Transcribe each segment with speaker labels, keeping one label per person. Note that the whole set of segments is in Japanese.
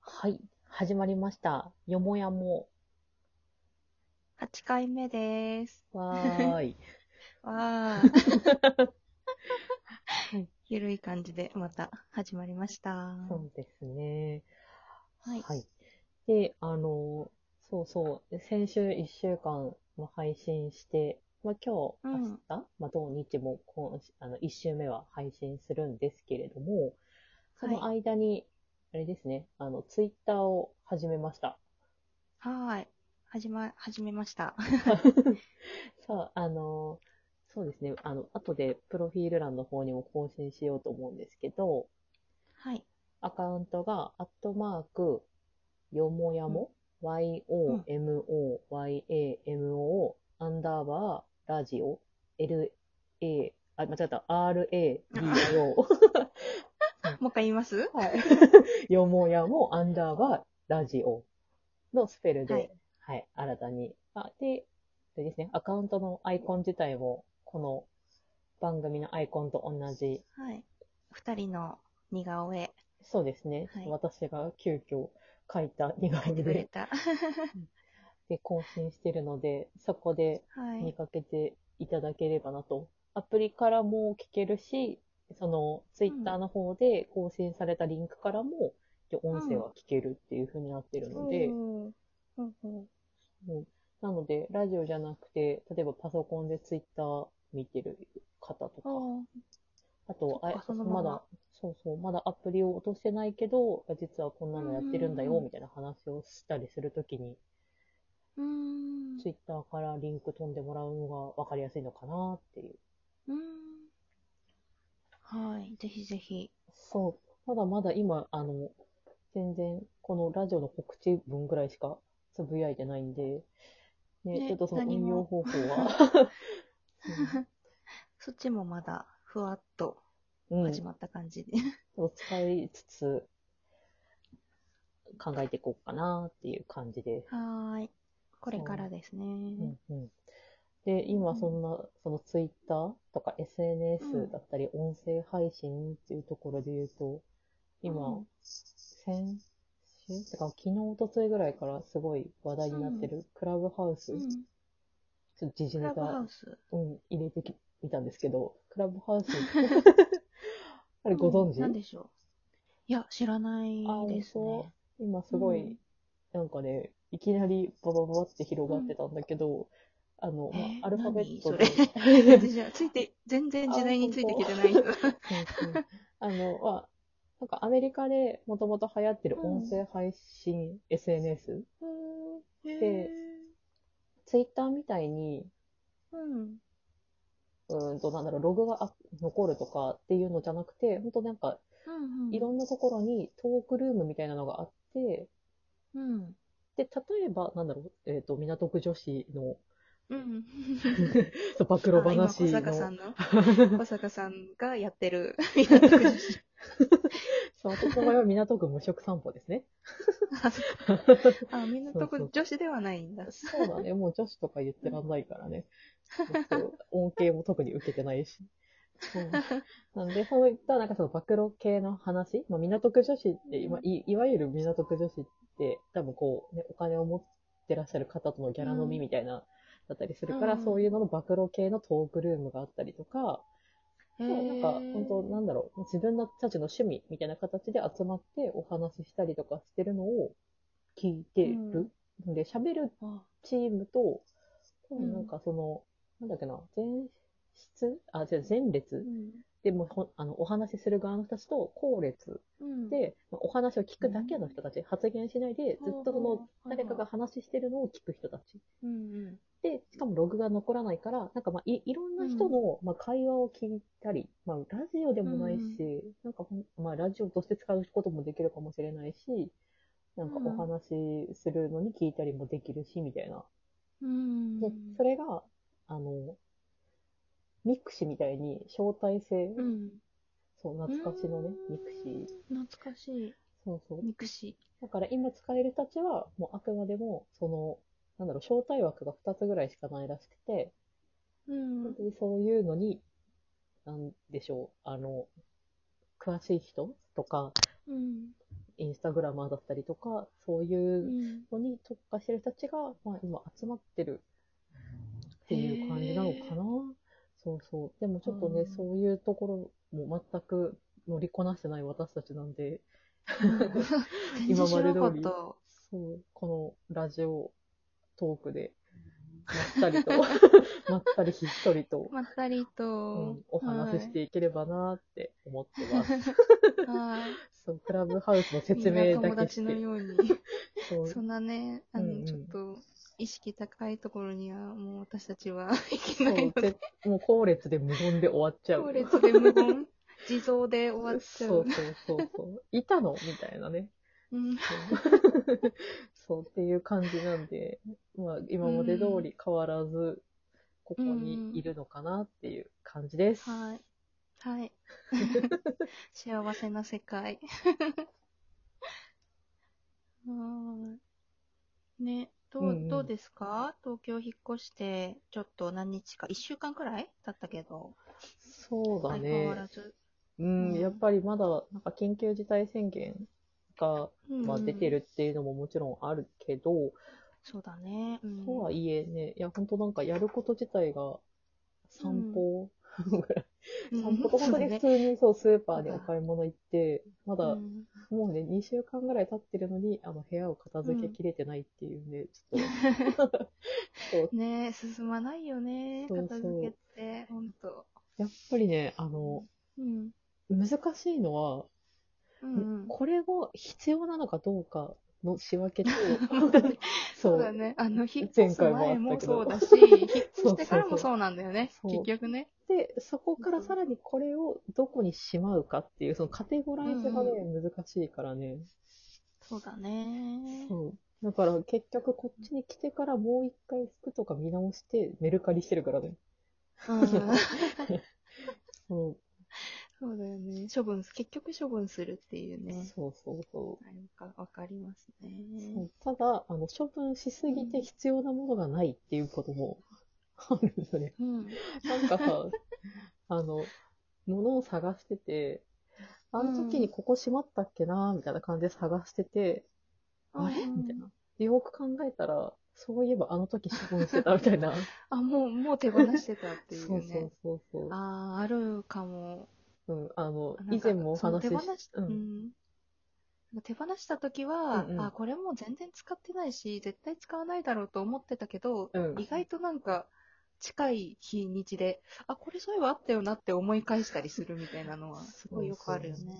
Speaker 1: はい、始まりました。よもやも。
Speaker 2: 8回目です。
Speaker 1: わーい。
Speaker 2: わー。ゆるい感じでまた始まりました。
Speaker 1: そうですね。
Speaker 2: はい。
Speaker 1: はい、で、あの、そうそう、先週1週間配信して、まあ、今日、明日、うん、まあ、土日も今あの1週目は配信するんですけれども、その間に、はいあれですね、あの、ツイッターを始めました。
Speaker 2: はい。始ま、始めました。
Speaker 1: そう、あの、そうですね、あの、後でプロフィール欄の方にも更新しようと思うんですけど、
Speaker 2: はい。
Speaker 1: アカウントが、アットマーク、よもやも、うん、y-o-m-o-y-a-m-o、アンダーバー、ラジオ、l-a、あ、間違った、r-a-d-i-o。
Speaker 2: もう一回言います
Speaker 1: はい。 よもやもアンダーバーラジオのスペルで、はい、はい、新たに。あ、で、でですね、アカウントのアイコン自体も、この番組のアイコンと同じ。
Speaker 2: はい。二人の似顔絵。
Speaker 1: そうですね。はい、私が急遽描いた似顔絵で。で、更新してるので、そこで見かけていただければなと。はい、アプリからも聞けるし、そのツイッターの方で更新されたリンクからも、うん、音声は聞けるっていう風になってるので、
Speaker 2: うんうん
Speaker 1: うん、なので、ラジオじゃなくて、例えばパソコンでツイッター見てる方とか、あとあそまだ、そうそう、まだアプリを落としてないけど、実はこんなのやってるんだよみたいな話をしたりするときに、ツイッターからリンク飛んでもらうのが分かりやすいのかなっていう。
Speaker 2: はい、ぜひぜひ。
Speaker 1: そう、まだまだ今、あの、全然、このラジオの告知文ぐらいしかつぶやいてないんで、ね、ねちょっとその運用方法は
Speaker 2: うん。そっちもまだ、ふわっと、始まった感じで。
Speaker 1: うん、使いつつ、考えていこうかなっていう感じで。
Speaker 2: はい。これからですね。
Speaker 1: うんうんで、今そんな、うん、そのツイッターとか SNS だったり、音声配信っていうところで言うと、今、うん、先週てか昨日、おとついぐらいからすごい話題になってる、うん、クラブハウス、ちょっと時事ネタ、うん、入れてき見たんですけど、クラブハウス、 あれご存知、
Speaker 2: なんでしょういや、知らないですね。
Speaker 1: 今すごい、なんかね、いきなりバババって広がってたんだけど、あの、まあ、アルファベットで。
Speaker 2: 私はついて、全然時代についてきてな いそうそう。
Speaker 1: あの、まあ、なんかアメリカでもともと流行ってる音声配信、うん、SNS で、ツイッターみたいに、
Speaker 2: うん。
Speaker 1: うんと、なんだろう、ログが残るとかっていうのじゃなくて、本当なんか、
Speaker 2: うんうん、
Speaker 1: いろんなところにトークルームみたいなのがあって、
Speaker 2: うん。
Speaker 1: で、例えば、なんだろう、えっ、ー、と、港区女子の、
Speaker 2: うん、
Speaker 1: そう、暴露話
Speaker 2: の。小坂さん の、小坂さんがやってる 港区女子。
Speaker 1: そう、私の場合は港区無職散歩ですね。
Speaker 2: あ、港区女子ではないんだ。
Speaker 1: そうだね、もう女子とか言ってらんないからね。うん、恩恵も特に受けて ないし。うん、なんで、そういったなんかその暴露系の話、まあ、港区女子って、今、いいわゆる港区女子って、多分こう、ね、お金を持ってらっしゃる方とのギャラ飲みみたいな、うんだったりするから、うん、そういうのの暴露系のトークルームがあったりとか、そうなんか、本当なんだろう、自分たちの趣味みたいな形で集まってお話ししたりとかしてるのを聞いてる。うん、で、喋るチームと、うん、なんかその、なんだっけな、前室あ、じゃ前列、うん、でもほあの、お話しする側の人たちと後列で、まあ、お話を聞くだけの人たち、発言しないで、ずっとその、誰かが話してるのを聞く人たち。
Speaker 2: うん
Speaker 1: で、しかもログが残らないから、なんかまあいいろんな人の、まあ、会話を聞いたり、うん、まあラジオでもないし、うん、なんかまあラジオとして使うこともできるかもしれないし、なんかお話しするのに聞いたりもできるし、みたいな。
Speaker 2: うん、
Speaker 1: で、それが、あの、ミクシーみたいに招待制、
Speaker 2: うん、
Speaker 1: そう、懐かしのね、ミクシ
Speaker 2: ー。懐かしい。
Speaker 1: そうそう。
Speaker 2: ミクシ
Speaker 1: ー。だから今使える人たちは、もうあくまでも、その、なんだろう、招待枠が2つぐらいしかないらしくて、
Speaker 2: うん、
Speaker 1: 本当にそういうのに、なんでしょう、あの、詳しい人とか、
Speaker 2: うん、
Speaker 1: インンスタグラマーだったりとか、そういうのに特化してる人たちが、まあ、今集まってるっていう感じなのかな。そうそう。でもちょっとね、
Speaker 2: うん
Speaker 1: そういうところも全く乗りこなしてない私たちなんで、
Speaker 2: 全然
Speaker 1: 今
Speaker 2: 知
Speaker 1: ま
Speaker 2: ら
Speaker 1: で
Speaker 2: なか
Speaker 1: 通
Speaker 2: っ
Speaker 1: り
Speaker 2: た。
Speaker 1: そう、このラジオトークで、まったり と、 まったりひっそりと、
Speaker 2: まったり
Speaker 1: う
Speaker 2: と
Speaker 1: ん、お話しし、ていければなって思ってます。
Speaker 2: はいはい
Speaker 1: そう、クラブハウスの
Speaker 2: み
Speaker 1: 説
Speaker 2: んな
Speaker 1: 明
Speaker 2: 友
Speaker 1: だけ
Speaker 2: 達
Speaker 1: し
Speaker 2: の
Speaker 1: て。
Speaker 2: ように。
Speaker 1: そう
Speaker 2: そんなね、あの、
Speaker 1: うんうん
Speaker 2: ちょっと、意識高いところには、もう私たちは行け
Speaker 1: そ
Speaker 2: ないうので、
Speaker 1: ぜ もう後列で無言で終わっちゃう。
Speaker 2: 後列で無言、自動で終わっちゃ
Speaker 1: そうう。そうそうそう。いたのみたいなね。
Speaker 2: うん、
Speaker 1: そうっていう感じなんで、まあ、今まで通り変わらず、ここにいるのかなっていう感じです。
Speaker 2: はい。 はい。幸せな世界。 うーんね、ど
Speaker 1: うんう
Speaker 2: う、
Speaker 1: ん
Speaker 2: どうですか東京引っ越して、ちょっと何日か、1週間くらい経ったけど、
Speaker 1: そうだ
Speaker 2: 相変わら
Speaker 1: ね。
Speaker 2: ず。
Speaker 1: うん、やっぱりまだ、なんか緊急事態宣言が、
Speaker 2: うん
Speaker 1: まあ、出て。るっていうのももちろんあるけど、
Speaker 2: そうだね。うん
Speaker 1: とはいえね、いや、本当なんかやること自体が 散歩ぐらい。
Speaker 2: うん
Speaker 1: 散歩と本当に普
Speaker 2: そう
Speaker 1: 通にそう、スーパーでお買い物行って、まだ
Speaker 2: だねうん
Speaker 1: もうね、2週間ぐらい経ってるのに、あの、部屋を片付けきれてないっていうね、ちょっと。そう
Speaker 2: ねえ、進まないよね。
Speaker 1: そうそう
Speaker 2: 片付けって、ほんと。
Speaker 1: やっぱりね、あの、
Speaker 2: うん。
Speaker 1: 難しいのは、
Speaker 2: うんうん。
Speaker 1: これを必要なのかどうかの仕分 けと、
Speaker 2: そ
Speaker 1: そう
Speaker 2: だ
Speaker 1: う、
Speaker 2: ね。あの、引っ
Speaker 1: 前
Speaker 2: 越す
Speaker 1: 回もあったけど
Speaker 2: 前もそうだし、引っ越してからもそうなんだよね。
Speaker 1: そうそうそう
Speaker 2: 結局ね。
Speaker 1: で、そこからさらにこれをどこにしまうかっていう、そのカテゴライズがね、難しいからね。
Speaker 2: そうだね。
Speaker 1: そう。だから結局こっちに来てからもう一回服とか見直して、メルカリしてるからね。
Speaker 2: うん、そ
Speaker 1: そう
Speaker 2: だよね。処分、結局処分するっていう
Speaker 1: う、
Speaker 2: ね。
Speaker 1: そうそうそう。
Speaker 2: なんかわかりますね。
Speaker 1: そうただあの、処分しすぎて必要なものがないっていうことも あるんだね。
Speaker 2: うん。
Speaker 1: なんか さ、あの、物を探してて、あの時にここ閉まったっけなみたいな感じで探してて、あれみたいな。でよく考えたら、そういえばあの時処分してたみたいな。
Speaker 2: あ、もう、もう手放してたってい
Speaker 1: そうう
Speaker 2: ね。
Speaker 1: そうそうそう。
Speaker 2: ああ、あるかも。
Speaker 1: うん、あの、
Speaker 2: なん
Speaker 1: 以
Speaker 2: か
Speaker 1: 前もお
Speaker 2: その
Speaker 1: 話し
Speaker 2: 手放し、
Speaker 1: う
Speaker 2: うん
Speaker 1: ん、
Speaker 2: なんか手放した時は、
Speaker 1: うんうん
Speaker 2: あ、これもう全然使ってないし、絶対使わないだろうと思ってたけど、
Speaker 1: うん
Speaker 2: 意外となんか、近い日にちで、あ、これそういえばあったよなって思い返したりするみたいなのは、すごいよくあるよね。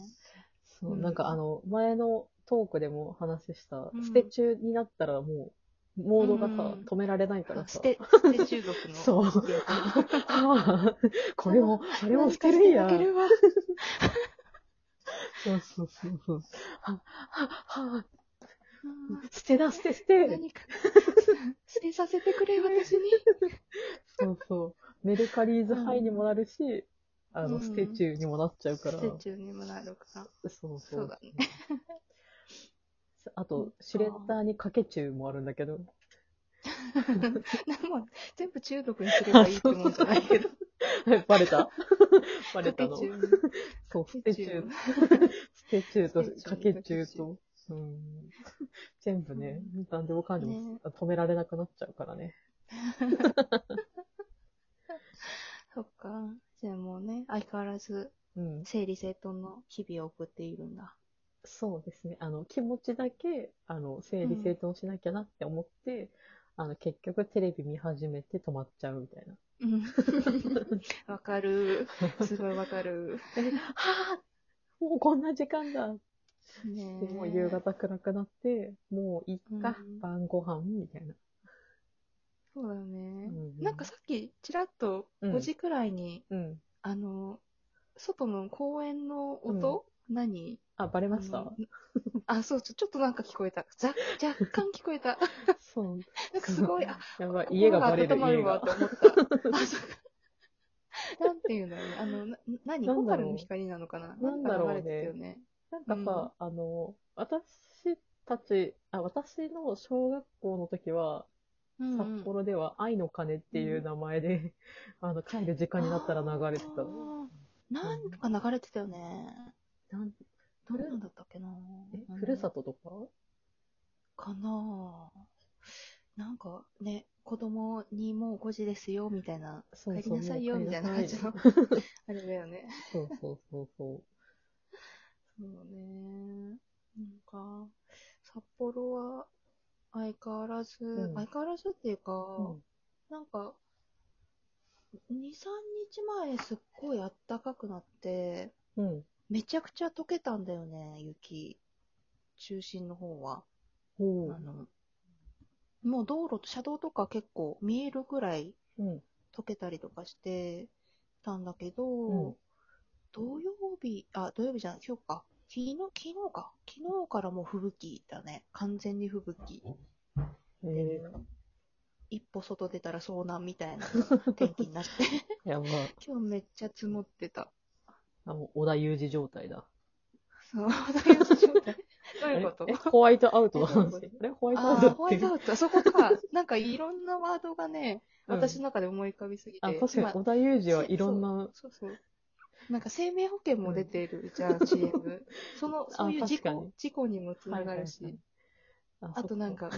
Speaker 1: そうう、
Speaker 2: ん
Speaker 1: なんかあの、前のトークでもお話しした、
Speaker 2: うん
Speaker 1: 捨て中になったらもう、モードがさ、
Speaker 2: うん
Speaker 1: 止められないから
Speaker 2: 捨
Speaker 1: さ。
Speaker 2: て、捨て中毒の。
Speaker 1: そう
Speaker 2: 捨て
Speaker 1: ああ これも、あれも捨てるんや。
Speaker 2: なんか捨てなければ
Speaker 1: そうそうそうそう。は、は、は、
Speaker 2: うん
Speaker 1: 捨てな、捨て、捨て。
Speaker 2: 何か、捨てさせてくれ、私に。
Speaker 1: そうそう。メルカリーズハイにもなるし、あ
Speaker 2: う
Speaker 1: の、
Speaker 2: ん
Speaker 1: 捨て中にもなっちゃうから。
Speaker 2: 捨て中にもなるから。
Speaker 1: そうそう。
Speaker 2: そうだね。
Speaker 1: あと、シュレッダーにかけ中もあるんだけど。
Speaker 2: なんも全部中毒にすればいいってもんじゃないけど。
Speaker 1: バレたバレた
Speaker 2: かけ
Speaker 1: の。
Speaker 2: 中
Speaker 1: そう、捨て中。ステチューとかけ中と、うん、全部ね、何でもかんでも
Speaker 2: ね
Speaker 1: 止められなくなっちゃうからね。
Speaker 2: そっか。じゃあもうね、相変わらず
Speaker 1: うん、
Speaker 2: 整理整頓の日々を送っているんだ。
Speaker 1: そうですね。あの、気持ちだけ、あの、整理整頓しなきゃなって思って、あの、結局テレビ見始めて止まっちゃうみたいな。
Speaker 2: うん。わかる。すごいわかる。
Speaker 1: はぁもうこんな時間だ
Speaker 2: ね
Speaker 1: でもう夕方暗くなって、もういっか、
Speaker 2: うん
Speaker 1: 晩ご飯みたいな。
Speaker 2: そうだね
Speaker 1: う。ん
Speaker 2: なんかさっき、ちらっと
Speaker 1: うん
Speaker 2: 5時くらいに、
Speaker 1: うん。
Speaker 2: あの、外の公園の音、何
Speaker 1: あ、バレまし
Speaker 2: あ
Speaker 1: た
Speaker 2: のあ、そう、ちょちょっとなんか聞こえた。ざ若干聞こ えた。
Speaker 1: そう。
Speaker 2: なんかすごい、あ、
Speaker 1: やばい、 家がバレる、
Speaker 2: 心温ま
Speaker 1: 家
Speaker 2: るわ
Speaker 1: が
Speaker 2: と。思った。あ、そうか。なんていうのね、あの、な、何
Speaker 1: なんだろう
Speaker 2: ホタルの光なのかな
Speaker 1: なんだろうね
Speaker 2: なんか流れてたよね。
Speaker 1: なんかさ、あの、私たち、あ、私の小学校の時は、
Speaker 2: うんうん
Speaker 1: 札幌では愛の鐘っていう名前で、 あの、帰る時間になったら流れてたの。
Speaker 2: あーなんか流れてたよね。
Speaker 1: なん
Speaker 2: どんなんだったっけな
Speaker 1: え
Speaker 2: うん
Speaker 1: ふるさととか
Speaker 2: かなぁ。なんかね、子供にもう5時ですよ、みたいな、
Speaker 1: そう
Speaker 2: 帰り
Speaker 1: そう。
Speaker 2: なさいよ、
Speaker 1: もう
Speaker 2: み
Speaker 1: 帰
Speaker 2: た
Speaker 1: りな
Speaker 2: いな
Speaker 1: さ
Speaker 2: 感じの、 あれだよね。
Speaker 1: そうそうそうそう。
Speaker 2: そうね。なんか、札幌は相変わらず、
Speaker 1: うん
Speaker 2: 相変わらずっていうか、
Speaker 1: うん
Speaker 2: なんか、2、3日前すっごい暖かくなって、
Speaker 1: うん。
Speaker 2: めちゃくちゃ溶けたんだよね、雪。中心の方は。
Speaker 1: ほ。
Speaker 2: あの、もう道路と車道とか結構見えるぐらいう
Speaker 1: うん。
Speaker 2: 溶けたりとかしてたんだけど、
Speaker 1: うん
Speaker 2: 土曜日、あ、土曜日じゃない、今日か。昨日、昨日か。昨日からもう吹雪だね。完全に吹雪。
Speaker 1: え
Speaker 2: 一歩外出たら遭難みた いな天気になって。
Speaker 1: ー、やば。
Speaker 2: 今日めっちゃ積もってた。
Speaker 1: あ、もう、織田裕二状態だ。
Speaker 2: そう、大丈夫だね どういうこ
Speaker 1: あれえ、
Speaker 2: と
Speaker 1: ホワイトアウトの話。 あれホワイトアウ
Speaker 2: あ
Speaker 1: トっ
Speaker 2: あ、
Speaker 1: て
Speaker 2: ホワイトアウト、そ こか。なんかいろんなワードがね、
Speaker 1: うん
Speaker 2: 私の中で思い浮かびすぎて。
Speaker 1: あ、確かに
Speaker 2: 今
Speaker 1: 織田裕二はいろんな、
Speaker 2: そうそう。なんか生命保険も出てるじゃん、CM。その、そういう事
Speaker 1: 確か
Speaker 2: 故
Speaker 1: に、
Speaker 2: 事故にもつながるし。
Speaker 1: はいはいはい
Speaker 2: あとな
Speaker 1: そ
Speaker 2: ん、
Speaker 1: っ
Speaker 2: か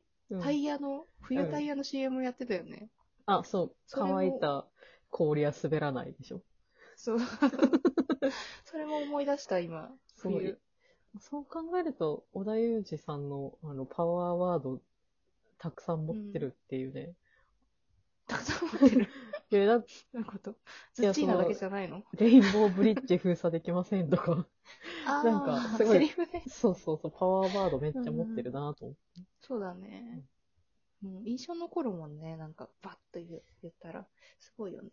Speaker 1: うん
Speaker 2: タイヤの、冬タイヤの乾やってたよね。
Speaker 1: あ、そう、
Speaker 2: それも
Speaker 1: 乾いた氷は滑らないでしょ。
Speaker 2: そう。それも思い出した、今。
Speaker 1: すごい
Speaker 2: 冬。。
Speaker 1: そう考えると、織田裕二さんのあのパワーワード、たくさん持ってるっていうね。
Speaker 2: たくさん持っ てる。
Speaker 1: いや、だって
Speaker 2: どういうこと
Speaker 1: い
Speaker 2: ズ
Speaker 1: や
Speaker 2: ッチーナだけじゃないの
Speaker 1: レインボーブリッジ封鎖できませんとか。
Speaker 2: ああ、
Speaker 1: なんかすごい
Speaker 2: セリフね。
Speaker 1: そうそうそう、パワーワードめっちゃ持ってるなと思って。
Speaker 2: そうだね。うん、印象残るもんね。なんか、バッと言う言ったら、すごいよね。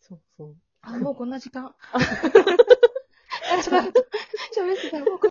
Speaker 1: そうそう。
Speaker 2: あ、もうこんな時間。あ、ちょっと、喋ってたらもうこんな